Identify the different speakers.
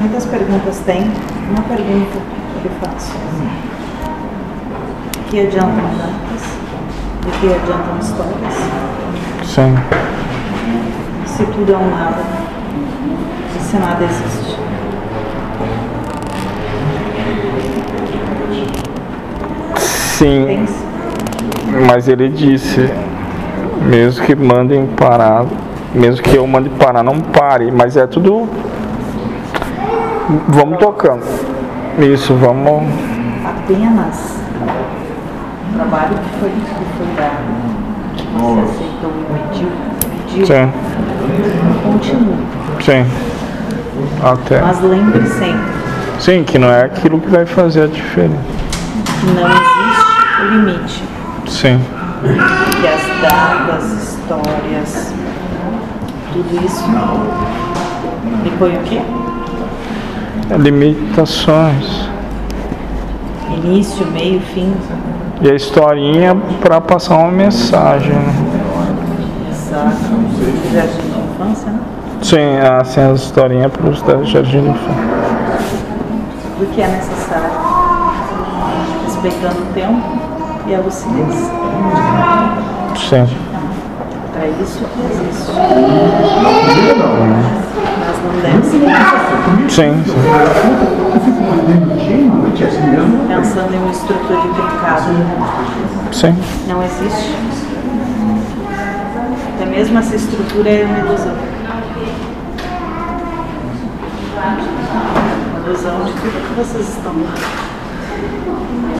Speaker 1: Muitas perguntas tem. Uma pergunta que eu faço. Que adiantam datas? De que adiantam histórias?
Speaker 2: Sim.
Speaker 1: Se tudo é um nada. E se nada existe.
Speaker 2: Sim,
Speaker 1: Pense.
Speaker 2: mas ele disse, mesmo que mandem parar, mesmo que eu mande parar, não pare, mas é tudo. Vamos tocando. Isso, vamos.
Speaker 1: apenas o trabalho que foi, que foi dado, que você aceitou e pediu, pediu,
Speaker 2: Sim,
Speaker 1: continue.
Speaker 2: sim. Até.
Speaker 1: Mas lembre sempre,
Speaker 2: Sim, que não é aquilo que vai fazer a diferença.
Speaker 1: não existe o limite
Speaker 2: Sim,
Speaker 1: que as datas, histórias, tudo isso me põe o quê?
Speaker 2: limitações.
Speaker 1: Início, meio, fim,
Speaker 2: E a historinha para passar uma mensagem. né?
Speaker 1: exato. O Jardim de infância, né?
Speaker 2: Sim, assim, a historinha para os da Jardim do Fundo.
Speaker 1: do que é necessário, respeitando o tempo e a lucidez.
Speaker 2: Sim,
Speaker 1: Para isso que existe. Mas não deve ser
Speaker 2: sim, sim.
Speaker 1: pensando em uma estrutura de né? pecado.
Speaker 2: sim.
Speaker 1: Não existe. Até mesmo essa estrutura é uma ilusão. Uma ilusão de tudo que vocês estão lá.